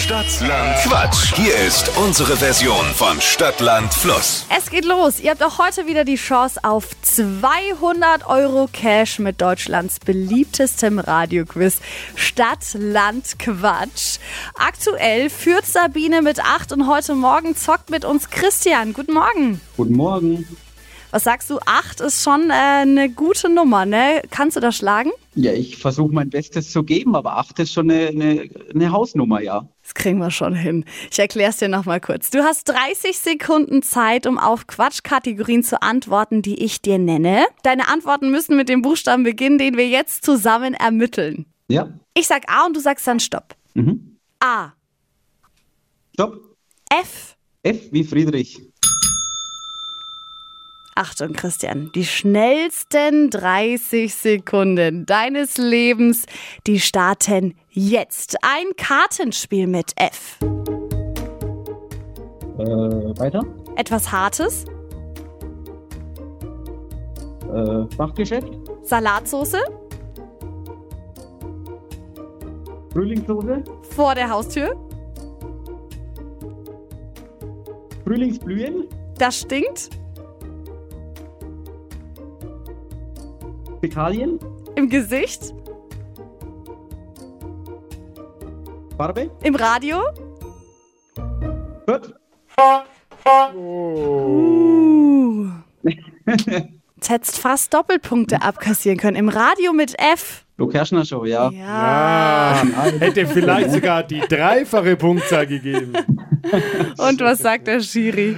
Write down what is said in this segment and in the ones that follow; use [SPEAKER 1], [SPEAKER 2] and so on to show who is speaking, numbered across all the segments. [SPEAKER 1] Stadtland Quatsch. Hier ist unsere Version von Stadtland Fluss.
[SPEAKER 2] Es geht los. Ihr habt auch heute wieder die Chance auf 200 Euro Cash mit Deutschlands beliebtestem Radioquiz Stadt, Land, Quatsch. Aktuell führt Sabine mit 8 und heute Morgen zockt mit uns Christian. Guten Morgen.
[SPEAKER 3] Guten Morgen.
[SPEAKER 2] Was sagst du? 8 ist schon äh, eine gute Nummer, ne? Kannst du das schlagen?
[SPEAKER 3] Ja, ich versuche mein Bestes zu geben, aber 8 ist schon eine, eine, eine Hausnummer, ja.
[SPEAKER 2] Das kriegen wir schon hin. Ich erkläre es dir nochmal kurz. Du hast 30 Sekunden Zeit, um auf Quatschkategorien zu antworten, die ich dir nenne. Deine Antworten müssen mit dem Buchstaben beginnen, den wir jetzt zusammen ermitteln.
[SPEAKER 3] Ja.
[SPEAKER 2] Ich sag A und du sagst dann Stopp.
[SPEAKER 3] Mhm.
[SPEAKER 2] A,
[SPEAKER 3] Stopp.
[SPEAKER 2] F.
[SPEAKER 3] F wie Friedrich.
[SPEAKER 2] Achtung, Christian, die schnellsten 30 Sekunden deines Lebens, die starten jetzt. Ein Kartenspiel mit F.
[SPEAKER 3] Äh, weiter.
[SPEAKER 2] Etwas Hartes,
[SPEAKER 3] Äh, Fachgeschäft.
[SPEAKER 2] Salatsauce,
[SPEAKER 3] Frühlingssoße.
[SPEAKER 2] vor der Haustür,
[SPEAKER 3] Frühlingsblühen.
[SPEAKER 2] das stinkt,
[SPEAKER 3] Fäkalien.
[SPEAKER 2] im Gesicht,
[SPEAKER 3] Farbe.
[SPEAKER 2] im Radio.
[SPEAKER 3] Hört.
[SPEAKER 2] Uh. Jetzt hättest fast Doppelpunkte abkassieren können. Im Radio mit F.
[SPEAKER 3] Luke Herschner Show, ja.
[SPEAKER 2] Ja.
[SPEAKER 4] Hätte vielleicht sogar die dreifache Punktzahl gegeben.
[SPEAKER 2] Und was sagt der Schiri?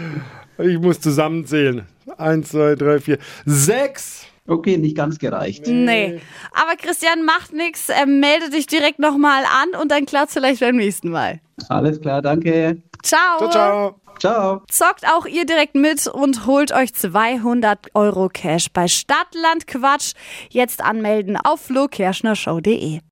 [SPEAKER 4] Ich muss zusammenzählen. Eins, zwei, drei, vier, sechs.
[SPEAKER 3] Okay, nicht ganz gereicht.
[SPEAKER 2] Nee. Aber Christian, macht nichts. Äh, melde dich direkt nochmal an und dann klappt's vielleicht beim nächsten Mal.
[SPEAKER 3] Alles klar, danke.
[SPEAKER 2] Ciao.
[SPEAKER 4] Ciao, ciao.
[SPEAKER 3] Ciao.
[SPEAKER 2] Zockt auch ihr direkt mit und holt euch 200 Euro Cash bei Stadtland Quatsch. Jetzt anmelden auf flokerschnershow.de.